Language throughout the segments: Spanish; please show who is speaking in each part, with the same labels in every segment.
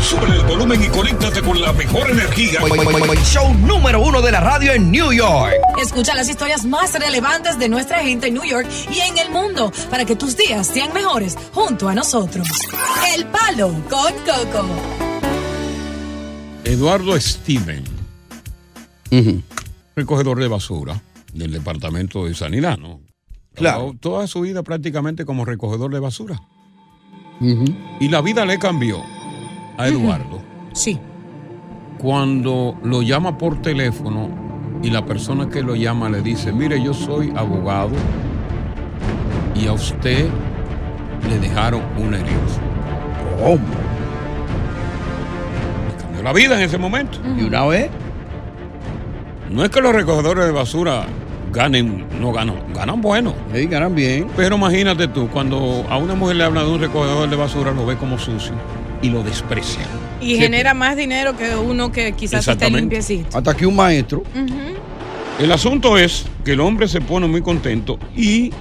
Speaker 1: Sube el volumen y conéctate con la mejor energía.
Speaker 2: Show número uno de la radio en New York.
Speaker 3: Escucha las historias más relevantes de nuestra gente en New York y en el mundo para que tus días sean mejores junto a nosotros. El Palo con Coco.
Speaker 1: Eduardo Steven, recogedor de basura del departamento de Sanidad, ¿no? Trabajó Toda su vida prácticamente como recogedor de basura. Y la vida le cambió a Eduardo
Speaker 3: Sí.
Speaker 1: cuando lo llama por teléfono y la persona que lo llama le dice, mire, yo soy abogado y a usted le dejaron una herencia.
Speaker 2: ¿Cómo?
Speaker 1: Le cambió la vida en ese momento.
Speaker 2: ¿Y una vez?
Speaker 1: No es que los recogedores de basura ganen, no ganan, ganan bueno.
Speaker 2: Sí, ganan bien.
Speaker 1: Pero imagínate tú, cuando a una mujer le habla de un recogedor de basura, lo ve como sucio y lo desprecia.
Speaker 4: Y genera más dinero que uno que quizás esté
Speaker 1: Exactamente.
Speaker 4: limpiecito.
Speaker 2: Hasta que un maestro.
Speaker 4: Ujú.
Speaker 1: El asunto es que el hombre se pone muy contento y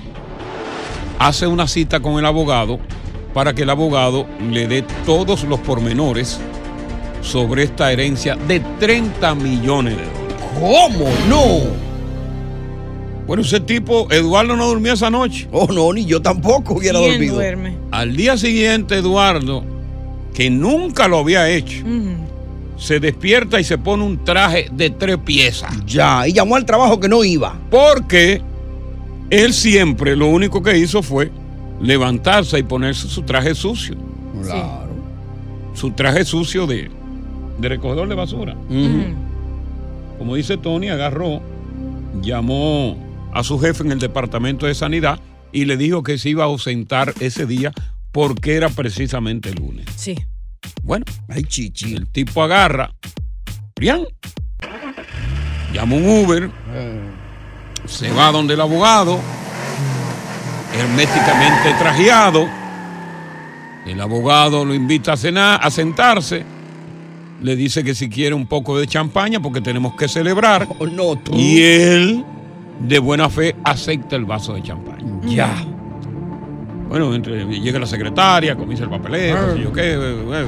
Speaker 1: hace una cita con el abogado para que el abogado le dé todos los pormenores sobre esta herencia de 30 millones de dólares.
Speaker 2: ¿Cómo? No.
Speaker 1: Bueno, ese tipo, Eduardo no durmió esa noche.
Speaker 2: Oh, no, ni yo tampoco hubiera
Speaker 4: ¿Quién
Speaker 2: dormido.
Speaker 4: duerme?
Speaker 1: Al día siguiente, Eduardo, que nunca lo había hecho,
Speaker 4: Ujú.
Speaker 1: se despierta y se pone un traje de tres piezas.
Speaker 2: Ya, y llamó al trabajo que no iba.
Speaker 1: Porque él siempre lo único que hizo fue levantarse y ponerse su traje sucio.
Speaker 2: Claro.
Speaker 1: su traje sucio de, de recogedor de basura.
Speaker 2: Ujú.
Speaker 1: Como dice Tony, agarró, llamó a su jefe en el departamento de sanidad y le dijo que se iba a ausentar ese día porque era precisamente el lunes.
Speaker 4: Sí.
Speaker 1: Bueno,
Speaker 2: Ay, chichi.
Speaker 1: el tipo agarra, bien, llama un Uber, se va donde el abogado, herméticamente trajeado. El abogado lo invita a cenar, a sentarse. Le dice que si quiere un poco de champaña porque tenemos que celebrar.
Speaker 2: Oh, no, tú.
Speaker 1: Y e- él, de buena fe, acepta el vaso de champaña.
Speaker 2: Ya.
Speaker 1: Bueno, entre- llega la secretaria, comienza el papeleo, qué sé yo qué. eh, eh.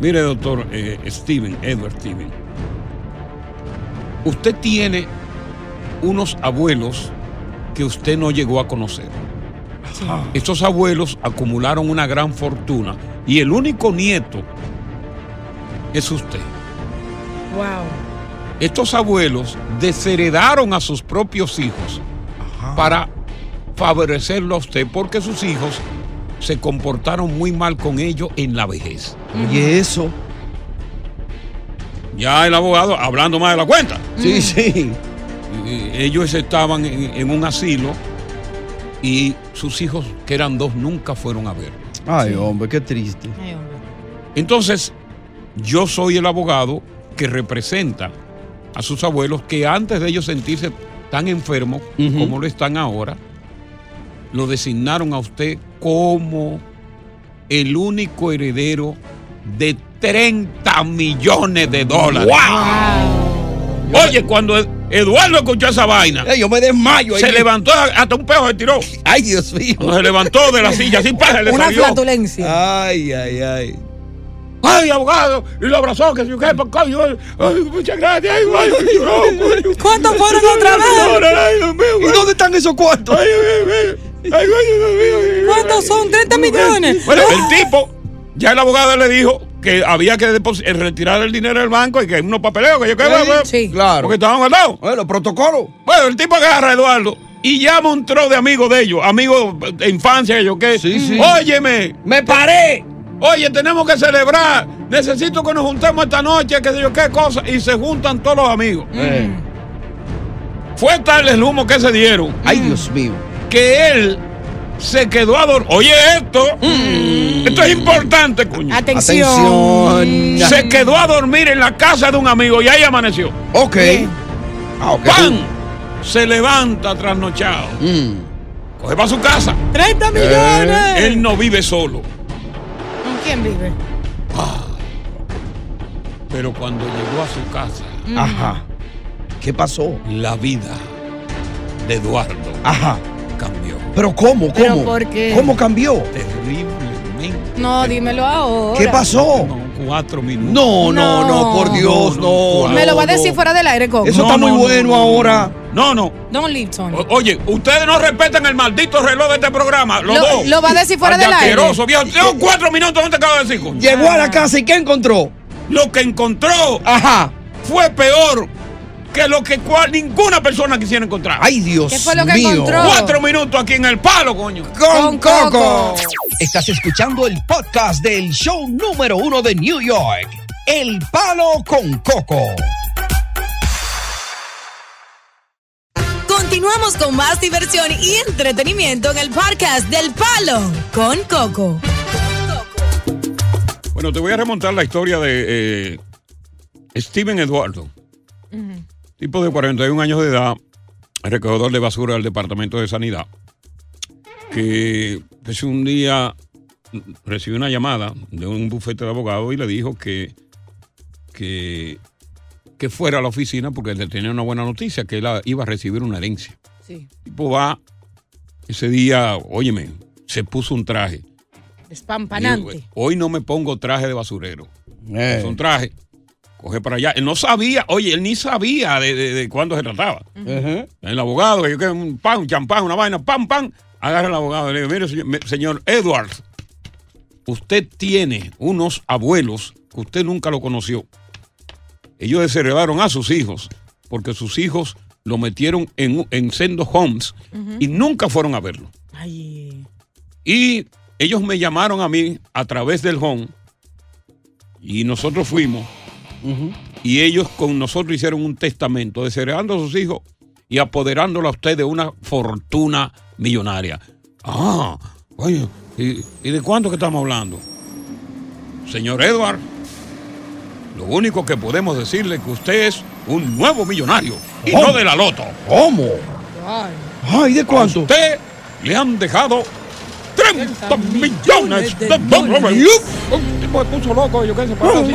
Speaker 1: Mire, doctor eh, Steven, Edward Steven, usted tiene unos abuelos que usted no llegó a conocer. Estos abuelos acumularon una gran fortuna y el único nieto es usted.
Speaker 4: Wow.
Speaker 1: Estos abuelos desheredaron a sus propios hijos para favorecerlo a usted porque sus hijos se comportaron muy mal con ellos en la vejez.
Speaker 4: Mm.
Speaker 2: Oye, eso.
Speaker 1: Ya el abogado, hablando más de la cuenta,
Speaker 4: Mm.
Speaker 2: Sí, sí.
Speaker 1: eh, ellos estaban en, en un asilo y sus hijos, que eran dos, nunca fueron a ver.
Speaker 2: Ay, hombre, qué triste.
Speaker 4: Ay, hombre.
Speaker 1: Entonces, yo soy el abogado que representa a sus abuelos que antes de ellos sentirse tan enfermos
Speaker 2: Ujú.
Speaker 1: como lo están ahora, lo designaron a usted como el único heredero de 30 millones de dólares. Oye, cuando Ed- Eduardo escuchó esa vaina,
Speaker 2: Ey, yo me desmayo. ahí.
Speaker 1: se levantó hasta un pejo se tiró.
Speaker 2: Ay, Dios mío.
Speaker 1: Cuando se levantó de la silla, así paja, le
Speaker 4: Una
Speaker 1: salió.
Speaker 2: Ah.
Speaker 4: flatulencia.
Speaker 2: Ay, ay, ay.
Speaker 1: ¡Ay, abogado! Y lo abrazó, que si qué, por coño. Ay, muchas gracias. Ay, ay, lloró, coño.
Speaker 4: ¿Cuántos fueron otra vez?
Speaker 1: Ay, Dios mío,
Speaker 2: ¿Y
Speaker 1: ay,
Speaker 2: dónde están esos cuartos?
Speaker 1: ay, ay, ay, ay, Dios mío, ay,
Speaker 4: ¿Cuántos son? ¿30 millones?
Speaker 1: Bueno, el tipo, ya el abogado le dijo que había que depos- eh, retirar el dinero del banco y que hay unos papeleos que yo qué, bueno,
Speaker 4: Sí.
Speaker 2: Claro.
Speaker 1: porque estaban al lado.
Speaker 2: Bueno, protocolo.
Speaker 1: Bueno, el tipo agarra a Eduardo y llama un tro de amigos de ellos, amigos de infancia, que yo qué.
Speaker 2: Sí, sí.
Speaker 1: Óyeme,
Speaker 2: ¡Me paré!
Speaker 1: Oye, tenemos que celebrar. Necesito que nos juntemos esta noche, que sé yo qué cosa. Y se juntan todos los amigos.
Speaker 2: Eh,
Speaker 1: Fue tal el humo que se dieron
Speaker 2: Ay, Dios mío.
Speaker 1: que él se quedó a dormir. Oye, esto. Esto es importante, coño.
Speaker 4: Atención.
Speaker 2: Atención.
Speaker 1: Se quedó a dormir en la casa de un amigo y ahí amaneció.
Speaker 2: Ok. Ah, ok.
Speaker 1: ¡Pam! Se levanta trasnochado.
Speaker 2: Mm.
Speaker 1: Coge para su casa.
Speaker 4: 30
Speaker 2: "Ah,
Speaker 4: millones.
Speaker 2: Eh.
Speaker 1: Él no vive solo.
Speaker 4: ¿Con quién vive?
Speaker 1: Pero cuando llegó a su casa,
Speaker 2: Ajá. ¿Qué pasó?
Speaker 1: la vida de Eduardo
Speaker 2: Ajá.
Speaker 1: cambió
Speaker 2: ¿Pero cómo? ¿Cómo?
Speaker 4: ¿Pero por qué?
Speaker 2: ¿Cómo cambió?
Speaker 1: terriblemente.
Speaker 4: No, dímelo ahora.
Speaker 2: ¿Qué pasó?
Speaker 1: No, cuatro minutos.
Speaker 2: No, no, no,
Speaker 4: No.
Speaker 2: por Dios, no.
Speaker 1: Me
Speaker 4: Me lo va a
Speaker 2: no,
Speaker 4: decir
Speaker 2: no.
Speaker 4: fuera del aire, Coco.
Speaker 2: Eso- está muy bueno ahora.
Speaker 1: No, no.
Speaker 4: Don't leave, Tony.
Speaker 1: O- Oye, ustedes no respetan el maldito reloj de este programa. Los
Speaker 4: Lo-
Speaker 1: dos.
Speaker 4: lo va a decir fuera
Speaker 1: Al de
Speaker 4: del aire.
Speaker 1: asqueroso, viejo. Tengo cuatro minutos, no te acabo de decir. coño.
Speaker 2: Llegó a
Speaker 4: Ah.
Speaker 2: la casa y ¿qué encontró?
Speaker 1: Lo que encontró ah,
Speaker 2: Ajá.
Speaker 1: fue peor que lo que cual- ninguna persona quisiera encontrar.
Speaker 2: Ay, Dios
Speaker 4: ¿Qué fue lo que
Speaker 2: mío.
Speaker 4: encontró?
Speaker 1: Cuatro minutos aquí en el palo, coño.
Speaker 4: Con
Speaker 2: Con Coco.
Speaker 4: Coco.
Speaker 2: Estás escuchando el podcast del show número uno de New York. El palo con Coco.
Speaker 3: Continuamos con más diversión y entretenimiento en el podcast del Palo con Coco.
Speaker 1: Bueno, te voy a remontar la historia de eh, Steven Eduardo, tipo de 41 años de edad, recogedor de basura del Departamento de Sanidad, que pues, un día recibió una llamada de un bufete de abogados y le dijo que, que, que fuera a la oficina porque le tenía una buena noticia, que él iba a recibir una herencia
Speaker 4: Sí.
Speaker 1: tipo va ese día, óyeme, se puso un traje. Digo,
Speaker 4: Despampanante.
Speaker 1: Hoy no me pongo traje de basurero. Es un traje. Coge para allá. Él no sabía, oye, él ni sabía de, de- de cuándo se trataba. El abogado, que yo quiero un pan, un champán, una vaina, pam, pam. Agarra al abogado y le dice, mire, señor, me- señor Edward, usted tiene unos abuelos que usted nunca lo conoció. Ellos desheredaron a sus hijos porque sus hijos lo metieron en, en sendos homes y nunca fueron a verlo.
Speaker 2: eh.
Speaker 4: Ay.
Speaker 1: Y ellos me llamaron a mí a través del home y nosotros fuimos. Y ellos con nosotros hicieron un testamento desheredando a sus hijos y apoderándolo a usted de una fortuna millonaria. Ah, oye, ¿y, y de cuánto que estamos hablando? Señor Edward, lo único que podemos decirle es que usted es un nuevo millonario y
Speaker 2: Oh.
Speaker 1: no de la loto.
Speaker 2: ¿Cómo?
Speaker 4: Ay.
Speaker 2: Ay, ¿de
Speaker 1: A
Speaker 2: cuánto?
Speaker 1: usted le han dejado 30 millones de dólares. Un tipo se puso loco, yo qué se paró así.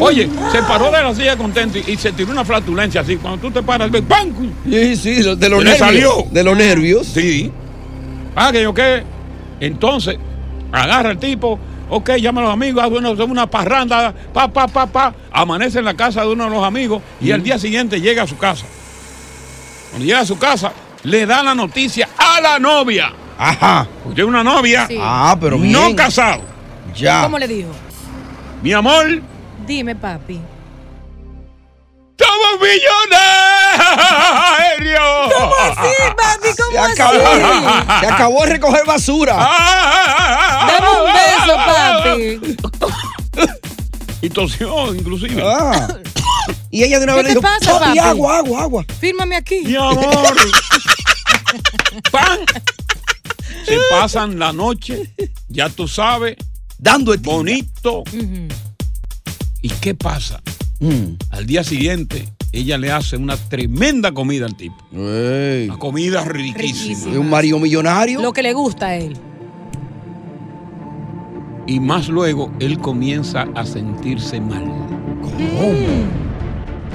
Speaker 1: Oye, se paró de la silla contento y, y se tiró una flatulencia así. Cuando tú te paras, ¡ves! ¡pam!
Speaker 2: Sí, sí, lo- de los
Speaker 1: ¿Le
Speaker 2: nervios.
Speaker 1: salió?
Speaker 2: De los nervios.
Speaker 1: Sí. Ah, que yo qué. Entonces, agarra el tipo. Ok, llama a los amigos, hace una, hace una parranda, pa, pa, pa, pa. Amanece en la casa de uno de los amigos y al día siguiente llega a su casa. Cuando llega a su casa, le da la noticia a la novia.
Speaker 2: Ajá.
Speaker 1: Yo una novia,
Speaker 4: Sí.
Speaker 2: Ah, pero bien.
Speaker 1: no casado.
Speaker 2: Ya.
Speaker 4: ¿Cómo le dijo?
Speaker 1: Mi amor,
Speaker 4: Dime, papi.
Speaker 1: somos millonarios.
Speaker 4: papi,
Speaker 2: Se acabó, se acabó de recoger
Speaker 4: Ah.
Speaker 2: basura.
Speaker 1: Ah.
Speaker 4: Dame un beso, papi.
Speaker 1: Y tosió, inclusive.
Speaker 2: Ah. Y ella de una
Speaker 4: ¿Qué
Speaker 2: vez
Speaker 4: te
Speaker 2: le dijo,
Speaker 4: pasa,
Speaker 2: "Papi,
Speaker 4: papi?
Speaker 2: agua, agua, agua.
Speaker 4: Fírmame aquí.
Speaker 1: Mi amor. ¡Pan! Se pasan la noche, ya tú sabes,
Speaker 2: Dando el
Speaker 1: bonito. ¿Y qué pasa?
Speaker 2: Mm.
Speaker 1: Al día siguiente, ella le hace una tremenda comida al tipo.
Speaker 2: Ey.
Speaker 1: Una comida riquísima.
Speaker 2: Es un marido millonario.
Speaker 4: Lo que le gusta a él.
Speaker 1: Y más luego él comienza a sentirse mal.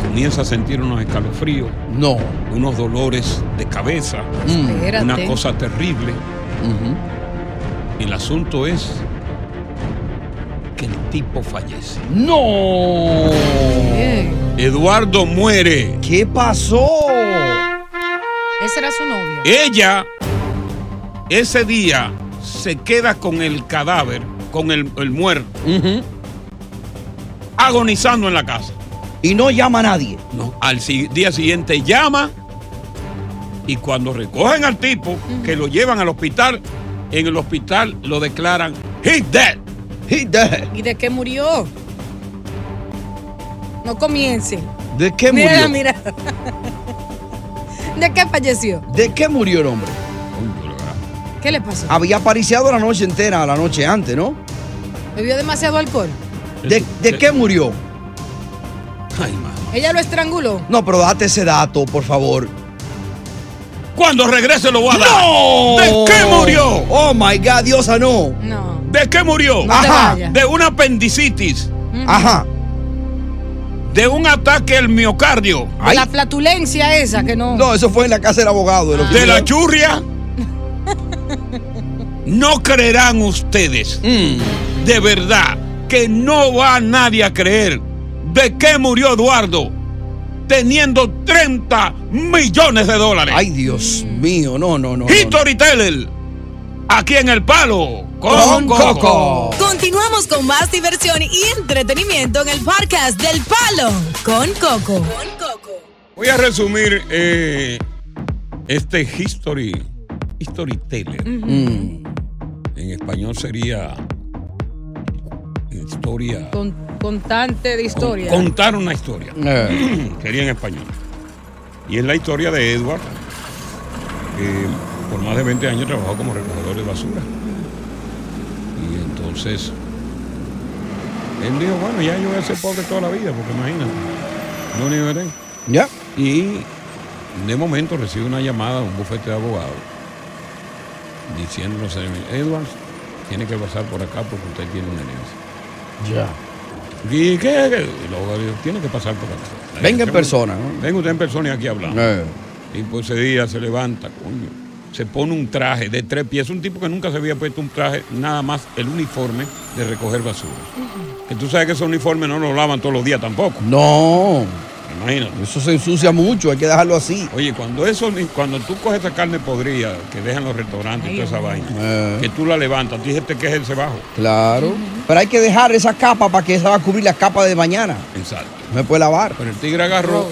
Speaker 1: Comienza a sentir unos escalofríos,
Speaker 2: No.
Speaker 1: unos dolores de cabeza,
Speaker 2: Mm.
Speaker 1: una
Speaker 4: Espérate.
Speaker 1: cosa terrible.
Speaker 2: Ujú.
Speaker 1: El asunto es que el tipo fallece.
Speaker 2: No.
Speaker 4: Bien.
Speaker 1: Eduardo muere.
Speaker 2: ¿Qué pasó?
Speaker 4: Esa era su novia.
Speaker 1: Ella ese día se queda con el cadáver, con el, el muerto,
Speaker 2: Ujú.
Speaker 1: agonizando en la casa.
Speaker 2: Y no llama a nadie.
Speaker 1: No, al si- día siguiente llama y cuando recogen al tipo, que lo llevan al hospital, en el hospital lo declaran he's dead.
Speaker 2: He dead.
Speaker 4: ¿Y de qué murió? No comience.
Speaker 2: ¿De qué
Speaker 4: Mira,
Speaker 2: murió?
Speaker 4: mira. ¿De qué falleció?
Speaker 2: ¿De qué murió el hombre?
Speaker 4: ¿Qué le pasó?
Speaker 2: Había pariciado la noche entera, la noche antes, ¿no?
Speaker 4: Bebió demasiado alcohol.
Speaker 2: ¿De, de qué murió?
Speaker 1: Ay, mano.
Speaker 4: Ella lo estranguló.
Speaker 2: No, pero date ese dato, por favor.
Speaker 1: Cuando regrese lo voy a dar.
Speaker 2: ¡No!
Speaker 1: ¿De qué murió?
Speaker 2: Oh my God, Diosa, no.
Speaker 4: No.
Speaker 1: ¿De qué murió?
Speaker 4: No te
Speaker 2: Ajá,
Speaker 4: vayas. Mm.
Speaker 1: De una apendicitis,
Speaker 2: Ajá.
Speaker 1: de un ataque al miocardio,
Speaker 4: De
Speaker 2: Ay.
Speaker 4: la flatulencia esa que no.
Speaker 2: No, eso fue en la casa del abogado. de lo que-
Speaker 1: Ah. de la churria. No creerán ustedes,
Speaker 2: Mm.
Speaker 1: de verdad, que no va nadie a creer de qué murió Eduardo teniendo 30 millones de dólares.
Speaker 2: Ay, Dios mío, no, no, no. no, no.
Speaker 1: History Teller, aquí en El Palo,
Speaker 2: Con Coco.
Speaker 3: Continuamos con más diversión y entretenimiento en el podcast del Palo con Coco.
Speaker 1: Voy a resumir eh, este history, history teller.
Speaker 2: Mm.
Speaker 1: En español sería historia.
Speaker 4: Con- contante de historia.
Speaker 1: con- contar una historia.
Speaker 2: Eh.
Speaker 1: sería en español. Y es la historia de Edward, que por más de 20 años trabajó como recogedor de basura. Y entonces, él dijo, bueno, ya yo voy a ser pobre toda la vida, porque imagínate, no ni veré.
Speaker 2: Ya.
Speaker 1: Y de momento recibe una llamada de un bufete de abogados diciéndole, Edwards, tiene que pasar por acá porque usted tiene una herencia.
Speaker 2: Ya.
Speaker 1: ¿Y qué? qué? Y los abogados dijeron, tiene que pasar por acá.
Speaker 2: Venga en persona, ¿no?
Speaker 1: Venga usted en persona y aquí hablamos.
Speaker 2: Eh.
Speaker 1: Y pues ese día se levanta, coño. Se pone un traje de tres pies. Un tipo que nunca se había puesto un traje, nada más el uniforme de recoger basura. Que tú sabes que esos uniformes no los lavan todos los días tampoco.
Speaker 2: No,
Speaker 1: Imagínate.
Speaker 2: eso se ensucia mucho, hay que dejarlo así.
Speaker 1: Oye, cuando eso, cuando tú coges esa carne podrida que dejan los restaurantes y toda esa vaina,
Speaker 2: Eh.
Speaker 1: que tú la levantas, dijiste que es el cebajo.
Speaker 2: Claro. Pero hay que dejar esa capa para que esa va a cubrir la capa de mañana.
Speaker 1: Exacto.
Speaker 2: No se puede lavar.
Speaker 1: Pero el tigre agarró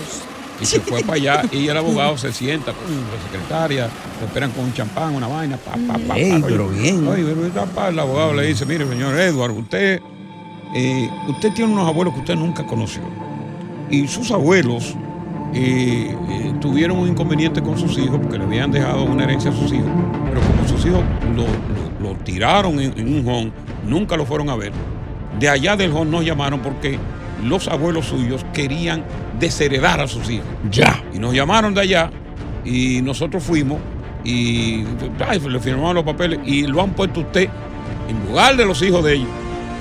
Speaker 1: y se fue para allá y el abogado se sienta con la secretaria, lo esperan con un champán, una vaina, pa, pa, pa.
Speaker 2: Ey,
Speaker 1: pa,
Speaker 2: pero bien.
Speaker 1: Oye, pero está pa, el abogado le dice, mire, señor Edward, usted, eh, usted tiene unos abuelos que usted nunca conoció. Y sus abuelos eh, eh, tuvieron un inconveniente con sus hijos porque le habían dejado una herencia a sus hijos. Pero como sus hijos lo, lo- lo tiraron en, en un home, nunca lo fueron a ver. De allá del home nos llamaron porque los abuelos suyos querían desheredar a sus hijos.
Speaker 2: Ya.
Speaker 1: Y nos llamaron de allá y nosotros fuimos y ay, le firmaron los papeles y lo han puesto usted en lugar de los hijos de ellos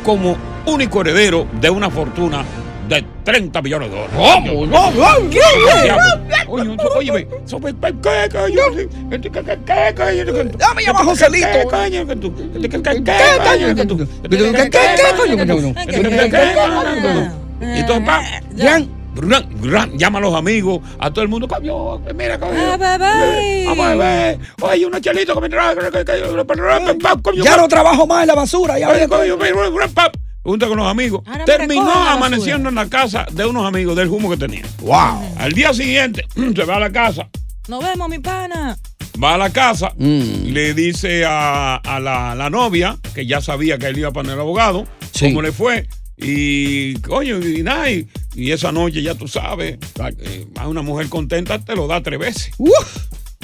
Speaker 1: como único heredero de una fortuna de 30 millones de dólares.
Speaker 2: ¿Cómo? No, no, no,
Speaker 1: Diablo.
Speaker 2: no.
Speaker 1: Oye, oye, ve, sobre- ¿qué, qué, qué, yo- qué, qué, qué, qué, qué,
Speaker 2: Dame llamar a Joselito.
Speaker 1: ¿Qué, qué, qué, tú? ¿Qué, qué, qué,
Speaker 2: ¿Qué,
Speaker 1: qué, qué, tú? ¿Qué, qué, qué,
Speaker 4: Ah,
Speaker 1: qué,
Speaker 2: coño? No, no, no.
Speaker 1: qué, qué, qué, qué, tú? Y entonces, pa,
Speaker 4: Ah,
Speaker 1: gran, gran, gran, llama a los amigos, a todo el mundo. coño, Mira, coño.
Speaker 4: Ah, bye, bye.
Speaker 1: Ah, bye, bye. Oye, unos chelitos que me traen, que- que- que- pa, coño,
Speaker 2: Ya no trabajo más en la basura. Ya
Speaker 1: Oye,
Speaker 2: oye,
Speaker 1: coño, mira, mira, mira, pa, Junta con los amigos.
Speaker 4: Ahora me
Speaker 1: Terminó
Speaker 4: recogen la basura.
Speaker 1: amaneciendo en la casa de unos amigos del humo que tenía.
Speaker 2: Wow.
Speaker 1: Al día siguiente se va a la casa,
Speaker 4: Nos vemos, mi pana.
Speaker 1: va a la casa,
Speaker 2: Mm.
Speaker 1: le dice a, a la, la novia, que ya sabía que él iba para el abogado,
Speaker 2: Sí.
Speaker 1: cómo le fue. Y coño, y, nada, y, y esa noche ya tú sabes, eh, a una mujer contenta te lo da tres veces.
Speaker 2: Uf.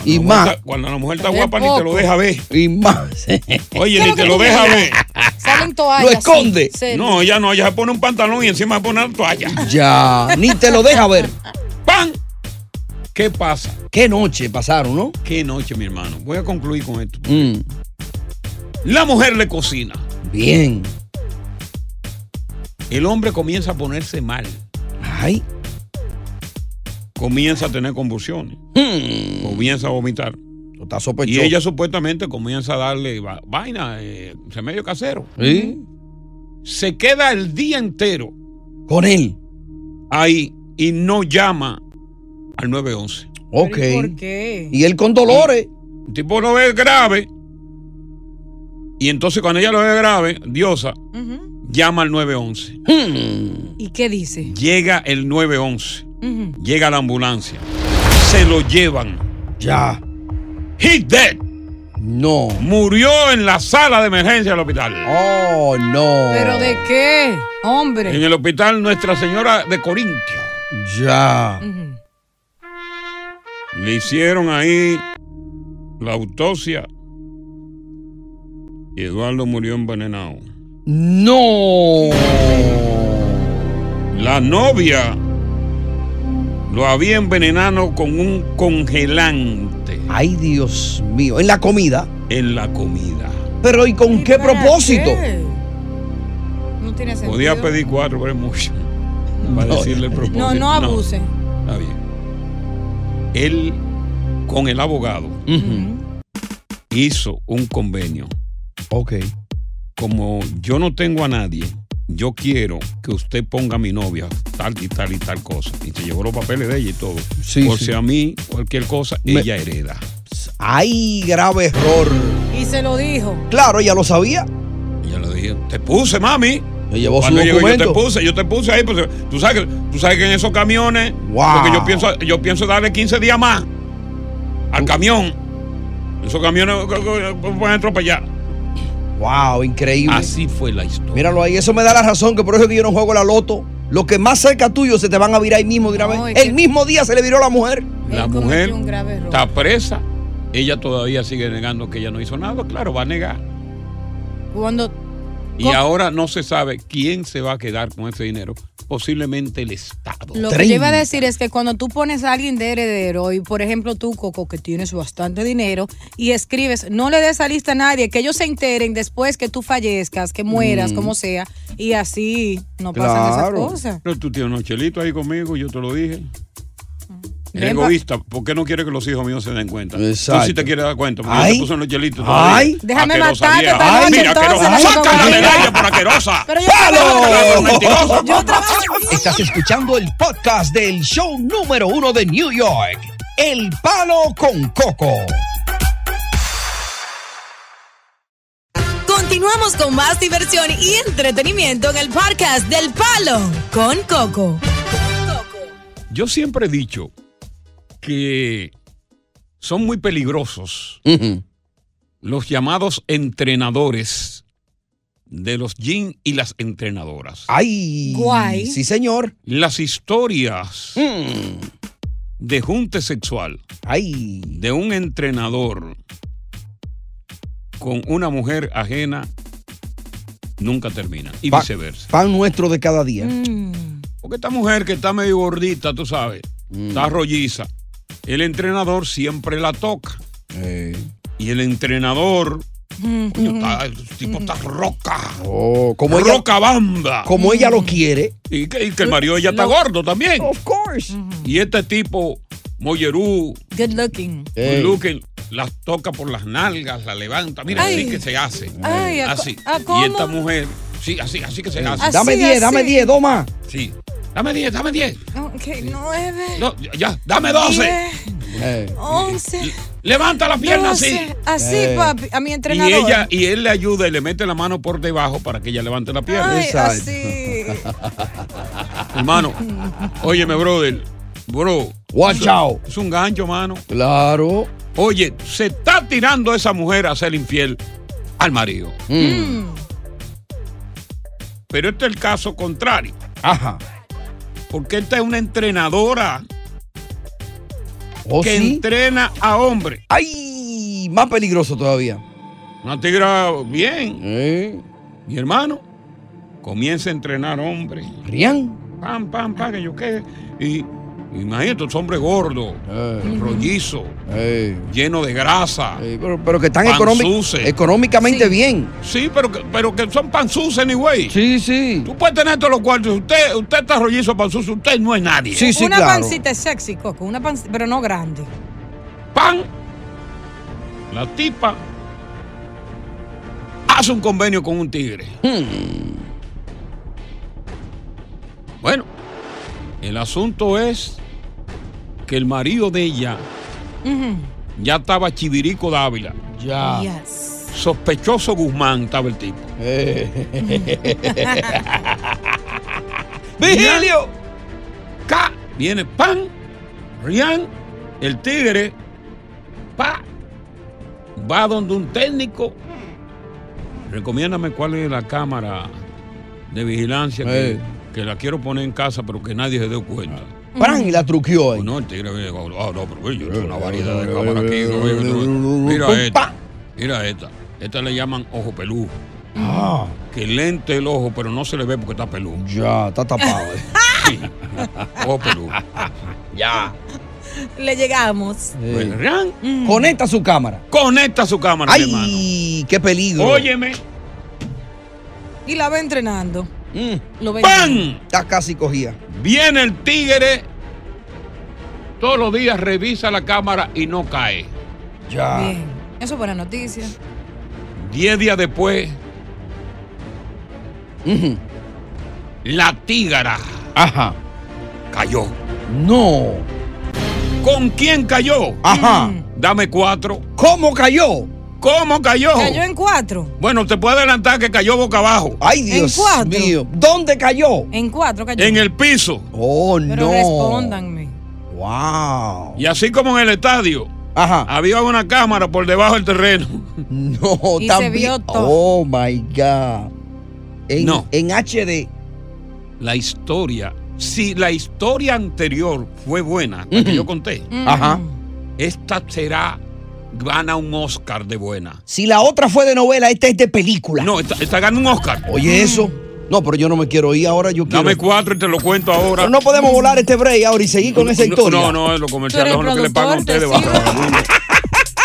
Speaker 1: Cuando
Speaker 2: Y
Speaker 1: la mujer
Speaker 2: más.
Speaker 1: está- Cuando la mujer está
Speaker 4: Es
Speaker 1: guapa ni te lo
Speaker 4: poco.
Speaker 1: deja ver.
Speaker 2: Y más.
Speaker 1: Oye,
Speaker 4: ¿Qué
Speaker 1: ni
Speaker 4: es lo
Speaker 1: te
Speaker 4: que
Speaker 1: lo
Speaker 4: tú
Speaker 1: deja ver.
Speaker 4: quieres? Salen toallas.
Speaker 2: Lo esconde.
Speaker 4: sí, sí.
Speaker 1: No, ella no, ella se pone un pantalón y encima se pone una toalla.
Speaker 2: Ya. Ni te lo deja ver.
Speaker 1: ¡Pam! ¿Qué pasa?
Speaker 2: Qué noche pasaron, ¿no?
Speaker 1: ¿Qué noche, mi hermano? Voy a concluir con esto.
Speaker 2: Mm.
Speaker 1: La mujer le cocina.
Speaker 2: Bien.
Speaker 1: El hombre comienza a ponerse mal.
Speaker 2: Ay.
Speaker 1: Comienza a tener convulsiones.
Speaker 2: Mm. Pues
Speaker 1: Comienza a vomitar.
Speaker 2: Tú estás
Speaker 1: Y
Speaker 2: sospechoso.
Speaker 1: ella supuestamente comienza a darle va- vaina, eh, remedio casero.
Speaker 2: ¿Sí?
Speaker 1: Se queda el día entero
Speaker 2: Con él.
Speaker 1: ahí y no llama al 911.
Speaker 2: Ok.
Speaker 4: Pero, ¿y ¿Por qué?
Speaker 2: Y él con dolores.
Speaker 1: El tipo lo ve grave. Y entonces cuando ella lo ve grave, Diosa
Speaker 4: Ujú.
Speaker 1: llama al 911.
Speaker 2: Mm.
Speaker 4: ¿Y qué dice?
Speaker 1: Llega el 911.
Speaker 4: Ujú.
Speaker 1: Llega la ambulancia. Se lo llevan.
Speaker 2: Ya.
Speaker 1: He's dead.
Speaker 2: No.
Speaker 1: Murió en la sala de emergencia del hospital.
Speaker 2: Oh,
Speaker 1: Ah.
Speaker 2: no.
Speaker 4: ¿Pero de qué?
Speaker 1: En
Speaker 4: Hombre.
Speaker 1: el hospital Nuestra Señora de Corintio.
Speaker 2: Ya.
Speaker 4: Ujú.
Speaker 1: Le hicieron ahí la autopsia Eduardo murió envenenado.
Speaker 2: No.
Speaker 1: La novia lo había envenenado con un congelante
Speaker 2: Ay, Dios mío. En la comida.
Speaker 1: en la comida.
Speaker 2: Pero ¿y con qué propósito?
Speaker 4: No tiene sentido.
Speaker 1: Podía pedir cuatro, pero es mucho. Para
Speaker 2: No.
Speaker 1: decirle el propósito.
Speaker 4: No, no abuse.
Speaker 1: Está bien. Él, con el abogado,
Speaker 4: Mm.
Speaker 2: Ujú.
Speaker 1: hizo un convenio.
Speaker 2: Ok.
Speaker 1: Como yo no tengo a nadie, yo quiero que usted ponga a mi novia tal y tal y tal cosa. Y se llevó los papeles de ella y todo.
Speaker 2: Sí,
Speaker 1: o
Speaker 2: sí.
Speaker 1: sea, a mí, cualquier cosa,
Speaker 2: Me-
Speaker 1: ella hereda.
Speaker 2: Ay, grave error.
Speaker 4: Y se lo dijo.
Speaker 2: Claro, ya lo sabía.
Speaker 1: Y yo le dije, te puse, mami.
Speaker 2: Me llevó su
Speaker 1: Cuando llegó, yo te
Speaker 2: documento.
Speaker 1: puse, yo te puse ahí. Pues, tú, sabes que, tú sabes que en esos camiones,
Speaker 2: Wow.
Speaker 1: porque yo pienso, yo pienso darle 15 días más al camión. Esos camiones que- que- que pueden atropellar.
Speaker 2: Wow, increíble.
Speaker 1: Así fue la historia.
Speaker 2: Míralo ahí, eso me da la razón, que por eso es que yo no juego la loto. Lo que más cerca tuyo se te van a virar ahí mismo de una
Speaker 4: No,
Speaker 2: vez.
Speaker 4: es
Speaker 2: El
Speaker 4: que-
Speaker 2: mismo día se le viró la mujer.
Speaker 1: La
Speaker 4: Él cometió
Speaker 1: mujer
Speaker 4: un grave error.
Speaker 1: está presa. Ella todavía sigue negando que ella no hizo nada. Claro, va a negar.
Speaker 4: Cuando
Speaker 1: Y
Speaker 4: ¿Cómo?
Speaker 1: ahora no se sabe quién se va a quedar con ese dinero. Posiblemente el Estado.
Speaker 4: Lo que yo iba a decir es que cuando tú pones a alguien de heredero y, por ejemplo, tú, Coco, que tienes bastante dinero y escribes, no le des a lista a nadie, que ellos se enteren después que tú fallezcas, que
Speaker 1: Mm.
Speaker 4: mueras, como sea, y así no pasan esas
Speaker 2: Claro.
Speaker 4: cosas.
Speaker 1: Pero tú tienes unos chelitos ahí conmigo, yo te lo dije. Eres
Speaker 4: Ven pa-
Speaker 1: egoísta, ¿por qué no quiere que los hijos míos se den cuenta?
Speaker 2: Exacto.
Speaker 1: Tú sí te quieres dar cuenta, porque
Speaker 2: Ay.
Speaker 1: yo te puse unos chelitos.
Speaker 2: Ay.
Speaker 4: Déjame
Speaker 1: Aquerosa
Speaker 4: matarte
Speaker 1: vieja.
Speaker 4: esta noche,
Speaker 1: mira,
Speaker 4: entonces,
Speaker 1: aquerosa.
Speaker 4: la
Speaker 1: Sácala del
Speaker 4: cocaína.
Speaker 1: aire por aquerosa.
Speaker 4: Pero yo
Speaker 1: Sácala por
Speaker 4: trabajo-
Speaker 1: mentirosa.
Speaker 4: yo trabajo-
Speaker 2: Estás escuchando el podcast del show número uno de New York, El Palo con Coco.
Speaker 3: Continuamos con más diversión y entretenimiento en el podcast del Palo con Coco.
Speaker 1: Yo siempre he dicho que son muy peligrosos los llamados entrenadores de los gym y las entrenadoras.
Speaker 2: Ah. Ay.
Speaker 4: Guay.
Speaker 2: Sí, señor.
Speaker 1: Las historias
Speaker 2: Mm.
Speaker 1: de junte sexual
Speaker 2: Ay.
Speaker 1: de un entrenador con una mujer ajena nunca termina y
Speaker 2: Pa-
Speaker 1: viceversa.
Speaker 2: Pan nuestro de cada día.
Speaker 4: Mm,
Speaker 1: Porque esta mujer que está medio gordita, tú sabes,
Speaker 2: Mm.
Speaker 1: está rolliza, el entrenador siempre la toca.
Speaker 2: Eh,
Speaker 1: Y el entrenador, coño, está- el tipo está roca,
Speaker 2: oh, como ella,
Speaker 1: roca bamba.
Speaker 2: como ella lo quiere.
Speaker 1: Y que, y que el marido ya está gordo también.
Speaker 4: Oh.
Speaker 2: Of course.
Speaker 1: Y este tipo, Mollerú,
Speaker 4: Good looking.
Speaker 2: Eh,
Speaker 1: Luquen las toca por las nalgas, la levanta. Mira,
Speaker 4: Ay.
Speaker 1: así que se hace.
Speaker 4: Ay, ¿a co-
Speaker 1: Eh, así.
Speaker 4: a
Speaker 1: y
Speaker 4: cómo?
Speaker 1: esta mujer, sí, así, así que se hace.
Speaker 4: Así,
Speaker 2: dame 10, dame
Speaker 4: así.
Speaker 2: 10, dos más.
Speaker 1: Sí. Dame 10, dame 10.
Speaker 4: Ok, nueve,
Speaker 1: No, ya, dame 12.
Speaker 4: diez,
Speaker 2: Eh,
Speaker 4: once,
Speaker 1: Levanta la pierna así.
Speaker 4: doce. Así,
Speaker 2: Eh.
Speaker 4: papi, a mi
Speaker 1: Y
Speaker 4: entrenador.
Speaker 1: ella, y él le ayuda y le mete la mano por debajo para que ella levante la pierna.
Speaker 4: Ay,
Speaker 2: Exacto.
Speaker 4: así.
Speaker 1: Hermano, óyeme, brother. Bro,
Speaker 2: Watch out.
Speaker 1: es un gancho, mano.
Speaker 2: Claro.
Speaker 1: Oye, se está tirando esa mujer a ser infiel al marido. Pero este es el caso contrario.
Speaker 2: Ajá.
Speaker 1: Porque esta es una entrenadora
Speaker 2: ¿O
Speaker 1: que
Speaker 2: ¿Oh, sí?
Speaker 1: entrena a hombres.
Speaker 2: Ay, más peligroso todavía.
Speaker 1: Una tigra bien.
Speaker 2: Eh.
Speaker 1: Mi hermano comienza a entrenar hombres.
Speaker 2: Rian.
Speaker 1: Pam, pam, pam, que yo qué. Y imagínate, este estos hombres gordos,
Speaker 2: Eh.
Speaker 1: rollizos,
Speaker 2: eh,
Speaker 1: llenos de grasa.
Speaker 2: eh, pero, pero que están
Speaker 1: Pan
Speaker 2: económi-
Speaker 1: suce.
Speaker 2: económicamente bien.
Speaker 1: Sí, pero que, pero que son panzús anyway.
Speaker 2: Sí, sí.
Speaker 1: Tú puedes tener todos los cuartos. Usted, usted está rollizo panzús, usted no es nadie.
Speaker 2: Sí, sí,
Speaker 4: una
Speaker 2: claro.
Speaker 4: pancita sexy, Coco, una pancita, pero no grande.
Speaker 1: pan, la tipa hace un convenio con un tigre. Bueno, el asunto es que el marido de ella ya estaba Chivirico Dávila,
Speaker 2: Ya.
Speaker 4: Yes.
Speaker 1: sospechoso Guzmán estaba el tipo.
Speaker 2: Vigilio.
Speaker 1: Acá viene pan, Rian, el tigre, pa, va donde un técnico. Recomiéndame cuál es la cámara de vigilancia que,
Speaker 2: Ey.
Speaker 1: que la quiero poner en casa, pero que nadie se dé cuenta.
Speaker 2: Pran y la truqueó ahí.
Speaker 1: Pues no, el tigre viene con- ah, no, pero yo tengo una variedad de cámaras aquí. no, oye, no, mira
Speaker 2: Pa.
Speaker 1: esta, mira esta. Esta le llaman ojo pelú.
Speaker 2: Ah,
Speaker 1: Que lente el ojo, pero no se le ve porque está pelú.
Speaker 2: ya, está tapado. eh.
Speaker 1: Sí. ojo pelú.
Speaker 2: ya.
Speaker 3: Le llegamos.
Speaker 2: Eh,
Speaker 1: Ran,
Speaker 2: Conecta su cámara.
Speaker 1: Pues, Conecta su cámara, mi hermano.
Speaker 2: ¡Ay! ¡Qué peligro!
Speaker 1: Óyeme.
Speaker 4: Y la va entrenando.
Speaker 2: Mm,
Speaker 4: Lo ve entrenando.
Speaker 1: ¡Pam!
Speaker 2: ya casi cogía.
Speaker 1: Viene el tigre. Todos los días revisa la cámara y no cae.
Speaker 2: Ya.
Speaker 4: Bien. Eso es buena noticia.
Speaker 1: Diez días después,
Speaker 2: Ujú.
Speaker 1: la tígara
Speaker 2: Ajá.
Speaker 1: cayó.
Speaker 2: No.
Speaker 1: ¿Con quién cayó?
Speaker 2: Ajá.
Speaker 4: Mm.
Speaker 1: Dame cuatro.
Speaker 2: ¿Cómo cayó?
Speaker 1: ¿Cómo cayó?
Speaker 4: Cayó en cuatro.
Speaker 1: Bueno, te puedo adelantar que cayó boca abajo.
Speaker 2: Ay,
Speaker 4: En
Speaker 2: Dios
Speaker 4: cuatro.
Speaker 2: mío. ¿Dónde cayó?
Speaker 4: En cuatro cayó.
Speaker 1: En el piso.
Speaker 2: Oh,
Speaker 4: Pero
Speaker 2: no.
Speaker 4: respóndanme.
Speaker 2: Wow.
Speaker 1: Y así como en el estadio,
Speaker 2: Ajá.
Speaker 1: había una cámara por debajo del terreno.
Speaker 2: No,
Speaker 4: Y se
Speaker 2: también.
Speaker 4: vio todo.
Speaker 2: Oh my God. En,
Speaker 1: No.
Speaker 2: en HD.
Speaker 1: La historia, si la historia anterior fue buena, la que
Speaker 2: Ujú.
Speaker 1: yo conté,
Speaker 4: Mm.
Speaker 2: Ajá.
Speaker 1: esta será, gana un Oscar de buena.
Speaker 2: Si la otra fue de novela, esta es de película.
Speaker 1: No, esta, esta gana un Oscar.
Speaker 4: Mm.
Speaker 2: Oye, eso. No, pero yo no me quiero ir ahora. Yo quiero.
Speaker 1: Dame cuatro y te lo cuento ahora.
Speaker 2: Pero no podemos volar este break ahora y seguir con esa
Speaker 1: No,
Speaker 2: historia.
Speaker 1: No, no, los comerciales
Speaker 4: Tú
Speaker 1: son
Speaker 4: eres
Speaker 1: los que le pagan a ustedes.
Speaker 4: productor,
Speaker 1: bajo vagabundo.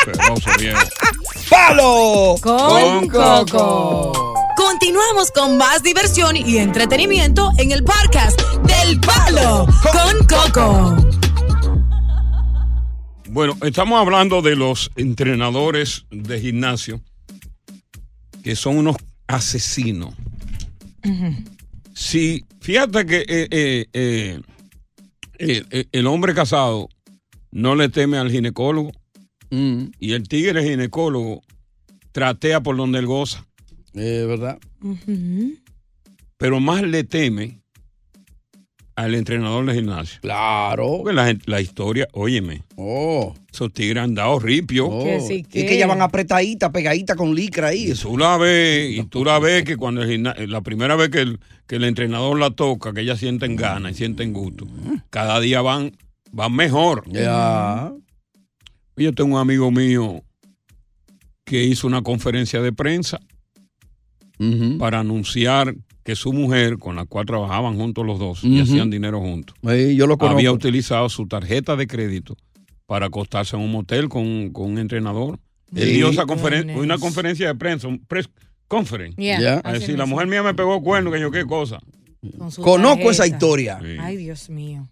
Speaker 1: Penoso, viejo.
Speaker 2: ¡Palo!
Speaker 3: Con
Speaker 1: Con
Speaker 3: Coco. Continuamos con más diversión y entretenimiento en el podcast del Palo con Coco.
Speaker 1: Bueno, estamos hablando de los entrenadores de gimnasio que son unos asesinos. Si, fíjate que eh, eh, eh, el- el- el hombre casado no le teme al ginecólogo
Speaker 2: Mm,
Speaker 1: y el tigre ginecólogo tratea por donde él goza,
Speaker 2: eh, ¿Verdad?
Speaker 1: pero más le teme al entrenador de gimnasio.
Speaker 2: Claro.
Speaker 1: Porque la, gente- la historia, óyeme,
Speaker 2: Oh,
Speaker 1: esos tigres han dado ripio.
Speaker 2: oh.
Speaker 4: Que sí,
Speaker 2: Es
Speaker 4: que-
Speaker 2: que ya van apretaditas, pegaditas con licra ahí.
Speaker 1: Y tú la ves, y tú la ves que cuando el gimna- eh, la primera vez que el, que el entrenador la toca, que ellas sienten ganas y sienten gusto, cada día van, van mejor.
Speaker 2: Ya.
Speaker 1: Yo tengo un amigo mío que hizo una conferencia de prensa
Speaker 2: Ujú.
Speaker 1: para anunciar que su mujer, con la cual trabajaban juntos los dos y
Speaker 2: Ujú.
Speaker 1: hacían dinero juntos,
Speaker 2: Sí, yo lo conozco.
Speaker 1: había utilizado su tarjeta de crédito para acostarse en un motel con, con un entrenador. Él
Speaker 2: Sí.
Speaker 1: dio esa conferen-
Speaker 4: Goodness.
Speaker 1: una conferencia de prensa, un press conference.
Speaker 4: Yeah,
Speaker 2: Ya.
Speaker 1: A
Speaker 4: así
Speaker 1: decir, la
Speaker 4: mismo.
Speaker 1: mujer mía me pegó cuerno, que yo qué cosa.
Speaker 4: Con su
Speaker 2: Conozco esa
Speaker 4: tarjeta.
Speaker 2: historia.
Speaker 1: Sí.
Speaker 4: Ay, Dios mío.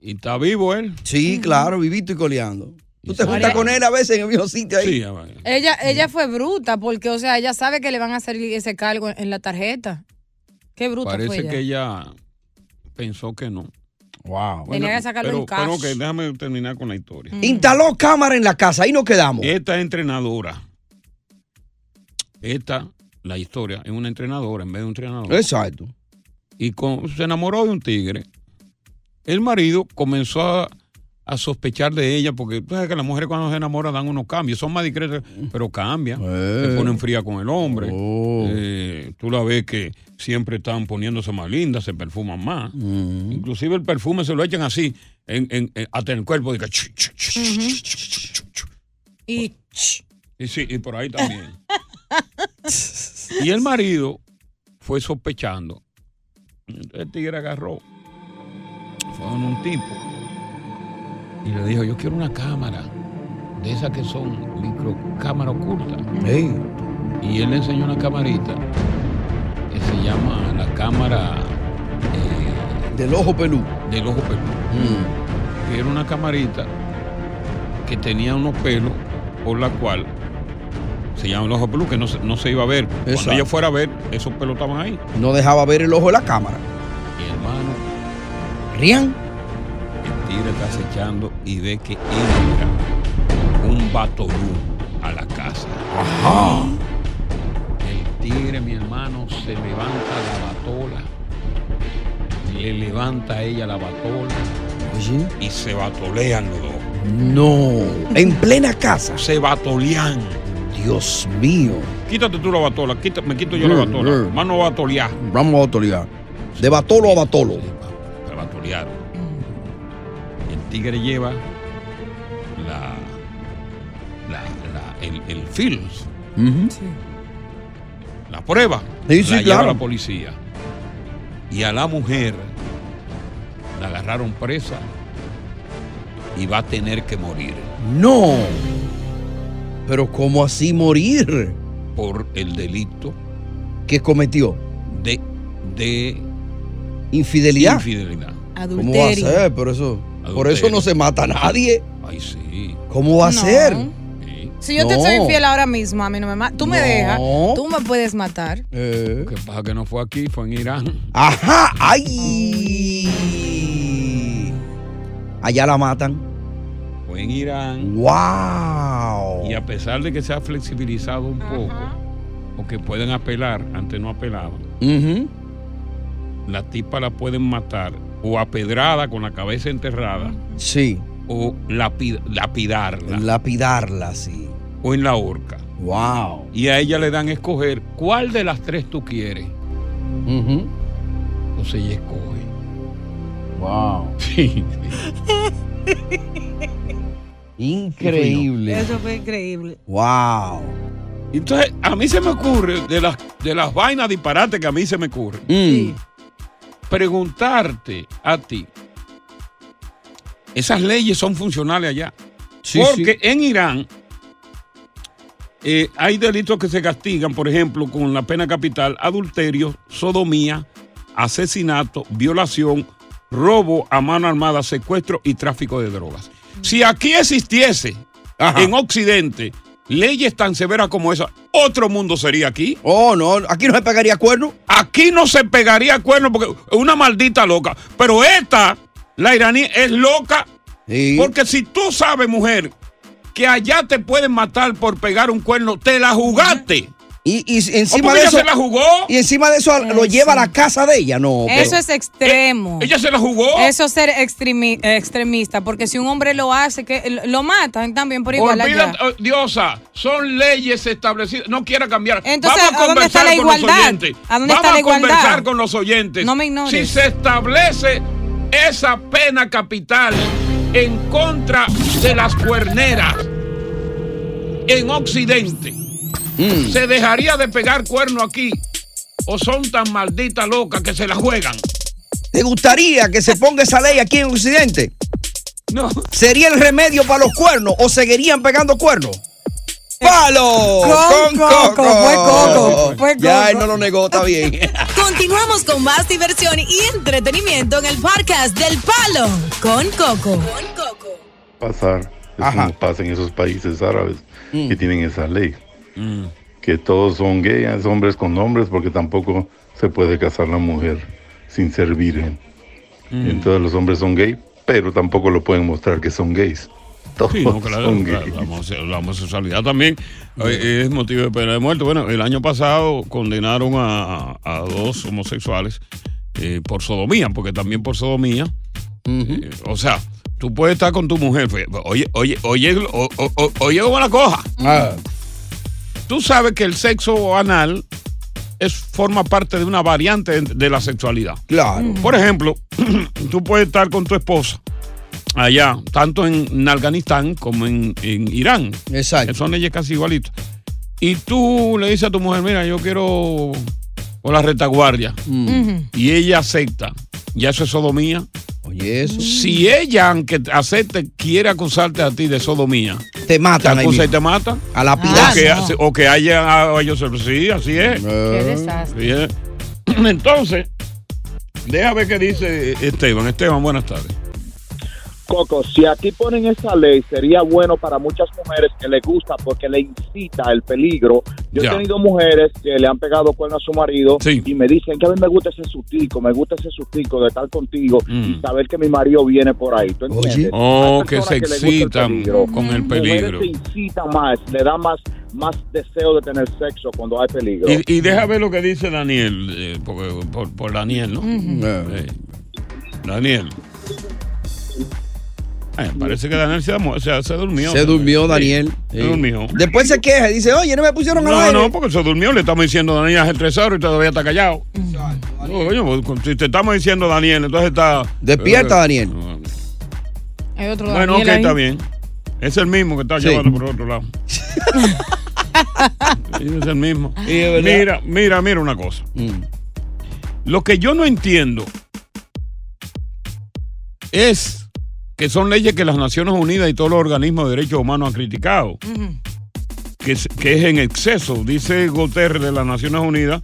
Speaker 1: Y está vivo él.
Speaker 2: Sí, claro, vivito y coleando. Tú te
Speaker 1: Ahora-
Speaker 2: juntas con él a veces en el mismo sitio ahí.
Speaker 1: Sí, eh, ya va.
Speaker 4: Ella, ella fue bruta porque, o sea, ella sabe que le van a hacer ese cargo en la tarjeta. Qué bruta fue
Speaker 1: parece
Speaker 4: ella.
Speaker 1: que ella pensó que no.
Speaker 2: Wow.
Speaker 4: Tenía que sacarlo
Speaker 1: pero,
Speaker 4: en cash.
Speaker 1: pero que déjame terminar con la historia.
Speaker 2: Instaló cámara en la casa, ahí nos quedamos.
Speaker 1: Esta entrenadora, esta, la historia, es una entrenadora en vez de un entrenador.
Speaker 2: Exacto.
Speaker 1: Y con- se enamoró de un tigre. El marido comenzó a, a sospechar de ella porque tú sabes que las mujeres cuando se enamoran dan unos cambios. Son más discretas, pero cambian. Se ponen fría con el hombre.
Speaker 2: Eh. Oh.
Speaker 1: Eh, tú la ves que siempre están poniéndose más lindas, se perfuman más.
Speaker 2: Mm.
Speaker 1: Inclusive el perfume se lo echan así, en, en- en- hasta en el cuerpo. diga, chu, chu, chu, chu, chu, chu, chu, chu.
Speaker 4: Y ch,
Speaker 1: Y sí, y por ahí también. y el marido fue sospechando. El tigre agarró. Fue con un tipo. Y le dijo, yo quiero una cámara. De esas que son micro cámara oculta.
Speaker 2: Ey.
Speaker 1: Y él le enseñó una camarita que se llama la cámara eh,
Speaker 2: Del ojo pelú.
Speaker 1: del ojo peludo.
Speaker 2: Mm.
Speaker 1: que era una camarita que tenía unos pelos por la cual se llama el ojo pelú, que no, se- no se iba a ver.
Speaker 2: Exacto.
Speaker 1: Cuando ella fuera a ver, esos pelos estaban ahí.
Speaker 2: No dejaba ver el ojo de la cámara.
Speaker 1: Y hermano,
Speaker 2: Rian.
Speaker 1: el tigre está acechando y ve que entra un batolú a la casa.
Speaker 2: Ah.
Speaker 1: El tigre, mi hermano, se levanta la batola. Le levanta a ella la batola
Speaker 2: Oye.
Speaker 1: y se batolean los dos.
Speaker 2: No. En plena casa.
Speaker 1: Se batolean.
Speaker 2: Dios mío.
Speaker 1: Quítate tú la batola, quita- me quito yo la
Speaker 2: Mm,
Speaker 1: batola.
Speaker 2: mm.
Speaker 1: Mano batolear.
Speaker 2: Vamos a autoridad. De batolo a batolo.
Speaker 1: Se batolearon. Y el tigre lleva la, la, la- el, el filo Ujú. La prueba
Speaker 2: Sí, sí,
Speaker 1: la lleva
Speaker 2: claro.
Speaker 1: la policía. Y a la mujer la agarraron presa y va a tener que morir
Speaker 2: No. Pero ¿cómo así morir?
Speaker 1: por el delito
Speaker 2: ¿Qué cometió?
Speaker 1: de, de
Speaker 2: Infidelidad.
Speaker 1: infidelidad.
Speaker 2: ¿Cómo va a
Speaker 4: Adulterio.
Speaker 2: ser? Pero eso, por
Speaker 1: Adulterio.
Speaker 2: eso no se mata a nadie.
Speaker 1: Ay, sí.
Speaker 2: ¿Cómo va a
Speaker 4: No.
Speaker 2: ser?
Speaker 1: sí.
Speaker 4: Si yo te
Speaker 2: No.
Speaker 4: soy infiel ahora mismo, a mí no me matas. Tú me
Speaker 2: No.
Speaker 4: dejas, tú me puedes matar.
Speaker 1: Lo
Speaker 2: Eh.
Speaker 1: que pasa que no fue aquí, fue en Irán.
Speaker 2: Ajá, ay. Allá la matan.
Speaker 1: Fue en Irán.
Speaker 2: Wow.
Speaker 1: Y a pesar de que se ha flexibilizado un poco, o que pueden apelar, antes no apelaban,
Speaker 2: Ujú.
Speaker 1: la tipa la pueden matar o apedrada con la cabeza enterrada
Speaker 2: Sí,
Speaker 1: o lapid- lapidarla
Speaker 2: lapidarla, sí.
Speaker 1: o en la horca.
Speaker 2: Wow.
Speaker 1: Y a ella le dan a escoger cuál de las tres tú quieres.
Speaker 2: Ujú.
Speaker 1: Entonces ella escoge.
Speaker 2: Wow.
Speaker 1: Sí.
Speaker 2: Increíble.
Speaker 4: fue increíble.
Speaker 2: Wow.
Speaker 1: Entonces, a mí se me ocurre, de las, de las vainas disparates que a mí se me ocurre,
Speaker 2: Mm.
Speaker 1: preguntarte a ti, esas leyes son funcionales allá.
Speaker 2: Sí,
Speaker 1: Porque
Speaker 2: sí.
Speaker 1: en Irán eh, hay delitos que se castigan, por ejemplo, con la pena capital, adulterio, sodomía, asesinato, violación, robo a mano armada, secuestro y tráfico de drogas. Si aquí existiese
Speaker 2: Ajá.
Speaker 1: en Occidente leyes tan severas como esas, otro mundo sería aquí.
Speaker 2: Oh, no, aquí no se pegaría cuerno.
Speaker 1: Aquí no se pegaría cuerno porque es una maldita loca. Pero esta, la iraní, es loca
Speaker 2: Sí.
Speaker 1: porque si tú sabes, mujer, que allá te pueden matar por pegar un cuerno, te la jugaste.
Speaker 2: Y, y
Speaker 1: ¿O
Speaker 2: encima
Speaker 1: porque
Speaker 2: de
Speaker 1: ella
Speaker 2: eso.
Speaker 1: se la jugó.
Speaker 2: Y encima de eso a- lo lleva a la casa de ella, no.
Speaker 4: Eso
Speaker 2: pero-
Speaker 4: es extremo.
Speaker 1: Eh, Ella se la jugó.
Speaker 4: Eso es ser extremi- eh, extremista, porque si un hombre lo hace, que lo- lo matan también por igual allá.
Speaker 1: Olvídate, oh, Diosa, son leyes establecidas. No quiera cambiar.
Speaker 4: Entonces,
Speaker 1: Vamos a,
Speaker 4: ¿a dónde está
Speaker 1: conversar
Speaker 4: la
Speaker 1: con los
Speaker 4: igualdad?
Speaker 1: oyentes.
Speaker 4: ¿A dónde
Speaker 1: Vamos
Speaker 4: está la
Speaker 1: a conversar
Speaker 4: igualdad?
Speaker 1: con los oyentes.
Speaker 4: No me ignores.
Speaker 1: Si se establece esa pena capital en contra de las cuerneras en Occidente, ¿se dejaría de pegar cuerno aquí? ¿O son tan malditas locas que se la juegan?
Speaker 2: ¿Te gustaría que se ponga esa ley aquí en Occidente?
Speaker 1: No.
Speaker 2: ¿Sería el remedio para los cuernos o seguirían pegando cuernos? ¡Palo!
Speaker 4: Con coco, fue coco, fue
Speaker 2: Ya
Speaker 4: coco.
Speaker 2: él no lo negó, está bien.
Speaker 3: Continuamos con más diversión y entretenimiento en el podcast del Palo con Coco.
Speaker 5: pasar, es
Speaker 2: Ajá.
Speaker 5: como pasa en esos países árabes que tienen esa ley,
Speaker 1: Mm.
Speaker 5: que todos son gays, hombres con hombres, porque tampoco se puede casar la mujer sin ser virgen.
Speaker 1: Mm.
Speaker 5: Entonces los hombres son gay, pero tampoco lo pueden mostrar que son gays. Todos
Speaker 1: Sí, no, claro,
Speaker 5: son
Speaker 1: la,
Speaker 5: gays.
Speaker 1: la homose- la homosexualidad también eh, es motivo de pena de muerte. Bueno, el año pasado condenaron a, a- a dos homosexuales eh, por sodomía, porque también por sodomía. eh, o sea, tú puedes estar con tu mujer. fe- Oye, oye, oye, o- o- o- oye, cómo la coja.
Speaker 2: Ah,
Speaker 1: Tú sabes que el sexo anal es, forma parte de una variante de- de la sexualidad.
Speaker 2: claro.
Speaker 1: Por ejemplo, tú puedes estar con tu esposa allá, tanto en Afganistán como en, en Irán. que
Speaker 2: Exacto.
Speaker 1: Son leyes casi igualitas. Y tú le dices a tu mujer, mira, yo quiero por la retaguardia. Y ella acepta. Ya eso es sodomía.
Speaker 2: Oye, eso.
Speaker 1: Si ella, aunque te acepte, quiere acusarte a ti de sodomía,
Speaker 2: Te
Speaker 1: te
Speaker 2: matan ahí
Speaker 1: acusa y
Speaker 2: mismo.
Speaker 1: te Ah. mata.
Speaker 2: A la
Speaker 1: o,
Speaker 2: pida.
Speaker 1: que, hace- o que haya ah, a ellos. pues Sí, así es.
Speaker 2: Eh,
Speaker 4: Qué desastre.
Speaker 1: Así es. Entonces, deja ver qué dice Esteban. Esteban, buenas tardes.
Speaker 6: Coco, si aquí ponen esa ley, sería bueno para muchas mujeres que les gusta porque le incita el peligro. Yo
Speaker 1: Ya.
Speaker 6: he tenido mujeres que le han pegado cuerno a su marido
Speaker 1: Sí.
Speaker 6: y me dicen que a mí me gusta ese sustico, me gusta ese sustico de estar contigo
Speaker 1: Mm.
Speaker 6: y saber que mi marido viene por ahí. ¿Tú entiendes?
Speaker 2: Oye.
Speaker 1: Oh,
Speaker 6: Hay
Speaker 1: que
Speaker 6: personas que
Speaker 1: se
Speaker 6: le gusta el
Speaker 1: excitan
Speaker 6: peligro.
Speaker 1: con el peligro.
Speaker 6: Mujeres se incitan más, le da más, más deseo de tener sexo cuando hay peligro.
Speaker 1: Y, y deja ver lo que dice Daniel, eh, porque- por, por Daniel, ¿no?
Speaker 2: Mm.
Speaker 1: Eh, Daniel. Eh, parece que Daniel se, amó- se, se durmió.
Speaker 2: Se durmió, Daniel.
Speaker 1: Se
Speaker 2: Sí.
Speaker 1: durmió.
Speaker 2: Después se queja y dice, oye, no me pusieron a
Speaker 1: No,
Speaker 2: la
Speaker 1: no, porque se durmió. Le estamos diciendo a Daniel es el tesoro y todavía está callado. No, coño, pues, si te estamos diciendo Daniel, entonces está. eh,
Speaker 2: Despierta, Daniel.
Speaker 4: Hay otro
Speaker 1: Bueno, ok,
Speaker 4: Daniel ahí.
Speaker 1: está bien. Es el mismo que está
Speaker 2: Sí.
Speaker 1: llevando por otro lado. Es el mismo.
Speaker 2: Sí, es verdad. Mm.
Speaker 1: Mira, mira, mira una cosa. Lo que yo no entiendo es que son leyes que las Naciones Unidas y todos los organismos de derechos humanos han criticado, que es, que es en exceso. Dice Guterres de las Naciones Unidas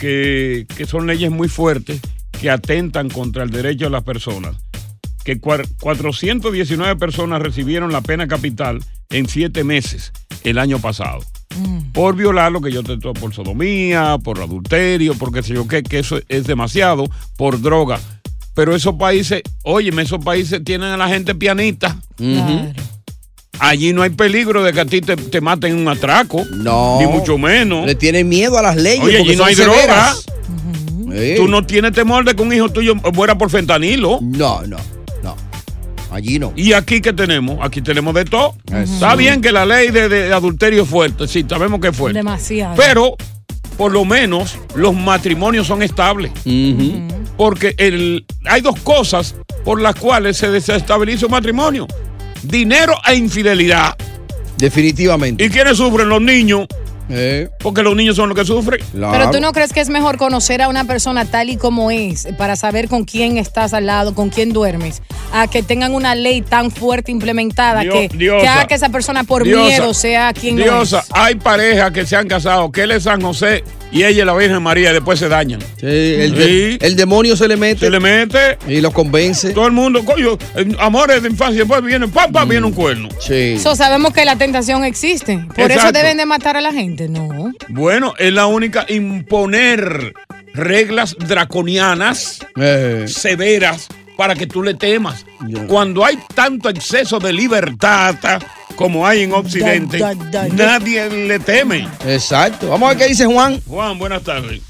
Speaker 1: que, que son leyes muy fuertes que atentan contra el derecho de las personas. Que cuar- 419 personas recibieron la pena capital en siete meses el año pasado por violar lo que yo te por sodomía, por adulterio, porque sé yo qué, que eso es demasiado, por droga. Pero esos países, óyeme, esos países tienen a la gente pianista. Allí no hay peligro de que a ti te, te maten en un atraco.
Speaker 2: No.
Speaker 1: Ni mucho menos.
Speaker 2: Le tienen miedo a las leyes.
Speaker 1: Oye,
Speaker 2: porque
Speaker 1: allí no
Speaker 2: son
Speaker 1: hay
Speaker 2: severas.
Speaker 1: droga.
Speaker 2: Sí.
Speaker 1: Tú no tienes temor de que un hijo tuyo muera por fentanilo.
Speaker 2: No, no, no. Allí no.
Speaker 1: ¿Y aquí qué tenemos? Aquí tenemos de todo. Está bien que la ley de, de adulterio es fuerte, sí, sabemos que es fuerte.
Speaker 4: Demasiado.
Speaker 1: Pero por lo menos los matrimonios son estables. Porque el, hay dos cosas por las cuales se desestabiliza un matrimonio. Dinero e infidelidad.
Speaker 2: Definitivamente.
Speaker 1: ¿Y quiénes sufren? Los niños.
Speaker 2: Eh,
Speaker 1: Porque los niños son los que sufren.
Speaker 4: Pero
Speaker 2: claro.
Speaker 4: tú no crees que es mejor conocer a una persona tal y como es para saber con quién estás al lado, con quién duermes, a que tengan una ley tan fuerte implementada
Speaker 1: Dio-
Speaker 4: que,
Speaker 1: diosa.
Speaker 4: que haga que esa persona por
Speaker 1: Diosa,
Speaker 4: miedo sea quien
Speaker 1: Diosa, hay parejas que se han casado, que él es San José y ella es la Virgen María, y después se dañan.
Speaker 2: Sí, el, de-
Speaker 1: Sí.
Speaker 2: el demonio se le mete
Speaker 1: Se le mete
Speaker 2: y lo convence.
Speaker 1: todo el mundo, coño, eh, amores de infancia, después viene, pam, pam, viene un cuerno.
Speaker 2: Sí.
Speaker 4: no es. So, sabemos que la tentación existe. Por eso
Speaker 1: Exacto.
Speaker 4: deben de matar a la gente, ¿no?
Speaker 1: Bueno, es la única imponer reglas draconianas
Speaker 2: Eh,
Speaker 1: severas para que tú le temas.
Speaker 2: Ya.
Speaker 1: Cuando hay tanto exceso de libertad ah, como hay en Occidente,
Speaker 4: Da, da, da.
Speaker 1: nadie le teme.
Speaker 2: exacto. Vamos a ver qué dice Juan.
Speaker 1: Juan, buenas tardes.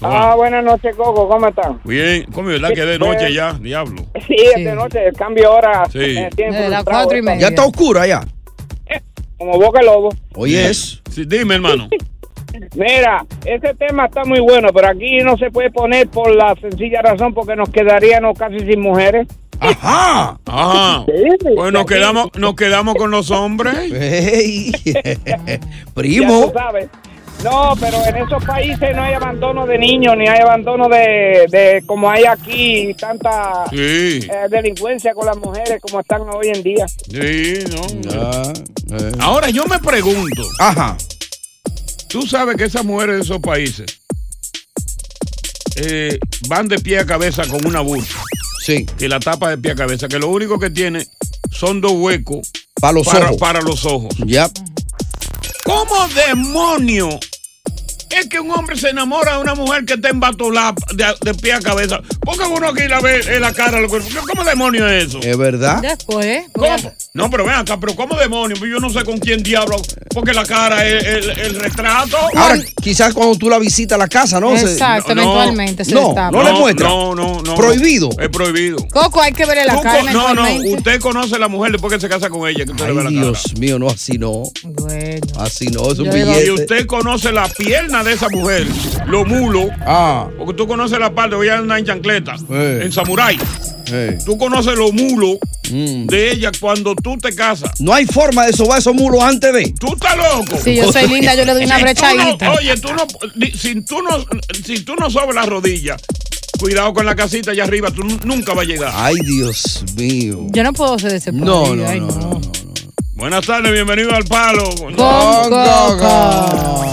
Speaker 7: Ah,
Speaker 1: Juan,
Speaker 7: buenas noches, Coco, ¿cómo están?
Speaker 1: Bien, ¿cómo es verdad que es de
Speaker 7: Bueno.
Speaker 1: noche ya, diablo?
Speaker 7: Sí, es de noche, el cambio ahora.
Speaker 1: Sí.
Speaker 7: me tiene
Speaker 4: De las
Speaker 7: frustrado
Speaker 4: cuatro y
Speaker 7: esto,
Speaker 4: media.
Speaker 2: Ya está oscuro allá.
Speaker 7: Como boca de lobo.
Speaker 2: Oye, eso.
Speaker 1: Sí, dime, hermano.
Speaker 7: Mira, ese tema está muy bueno, pero aquí no se puede poner por la sencilla razón porque nos quedaríamos casi sin mujeres.
Speaker 2: Ajá.
Speaker 1: Ajá.
Speaker 7: Sí,
Speaker 1: Pues nos
Speaker 7: aquí-
Speaker 1: quedamos, nos quedamos con los hombres.
Speaker 2: Ey.
Speaker 7: Ya
Speaker 2: Primo.
Speaker 7: tú sabes. No, pero en esos países no hay abandono de niños, ni hay abandono de, de como hay aquí, tanta
Speaker 1: Sí,
Speaker 7: eh, delincuencia con las mujeres como están hoy en día.
Speaker 1: sí, no.
Speaker 2: Ah, eh.
Speaker 1: Ahora yo me pregunto.
Speaker 2: Ajá.
Speaker 1: Tú sabes que esas mujeres de esos países eh, van de pie a cabeza con una bursa,
Speaker 2: Sí.
Speaker 1: que la tapa de pie a cabeza, que lo único que tiene son dos huecos
Speaker 2: Para los
Speaker 1: para,
Speaker 2: ojos.
Speaker 1: para los ojos.
Speaker 2: Ya.
Speaker 1: ¿Cómo demonio es que un hombre se enamora de una mujer que está embatolada de, de pie a cabeza? Pongan uno aquí y la ve en la cara. lo que- ¿Cómo demonio es eso?
Speaker 2: Es verdad.
Speaker 4: Después, ¿eh? Voy a-
Speaker 1: ¿Cómo? No, pero ven acá, pero ¿cómo demonio? Pues Yo no sé con quién diablo, porque la cara es el, el retrato.
Speaker 2: Ahora, quizás cuando tú la visitas a la casa, ¿no? Se-
Speaker 4: Exacto,
Speaker 1: no,
Speaker 4: eventualmente se
Speaker 2: no,
Speaker 4: destapa.
Speaker 2: no le muestra.
Speaker 1: No, no, no.
Speaker 2: Prohibido.
Speaker 1: Es prohibido.
Speaker 4: Coco, hay que verle la
Speaker 1: Tú
Speaker 4: cara
Speaker 1: co- no, no,
Speaker 4: eventualmente.
Speaker 1: usted conoce a la mujer después que se casa con ella, que usted le ve la
Speaker 2: Ay, Dios mío, no, así no.
Speaker 4: Bueno.
Speaker 2: Así Ah, no, es un
Speaker 4: Yo digo-
Speaker 1: cara. Y
Speaker 2: billete.
Speaker 1: usted conoce la pierna de esa mujer, lo mulo,
Speaker 2: Ah,
Speaker 1: porque tú conoces la parte, ella anda en chancleta,
Speaker 2: Eh.
Speaker 1: en samurái.
Speaker 2: eh.
Speaker 1: Tú conoces lo mulo
Speaker 2: Mm.
Speaker 1: de ella cuando tú te casas.
Speaker 2: No hay forma de sobar esos muros antes de.
Speaker 1: Tú estás loco.
Speaker 4: Si yo soy linda, yo le doy una
Speaker 1: Si
Speaker 4: brecha
Speaker 1: tú no-
Speaker 4: ahí.
Speaker 1: oye, tú no, ni- si tú no, si tú no sobes las rodillas, cuidado con la casita allá arriba, tú nu- nunca vas a llegar.
Speaker 2: Ay, Dios mío.
Speaker 4: Yo no puedo ser decepcionada.
Speaker 2: No, no,
Speaker 4: Ay,
Speaker 2: no, no, no.
Speaker 1: Buenas tardes, bienvenido al palo.
Speaker 4: Con
Speaker 2: Coco.
Speaker 4: Coco.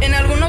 Speaker 7: En alguna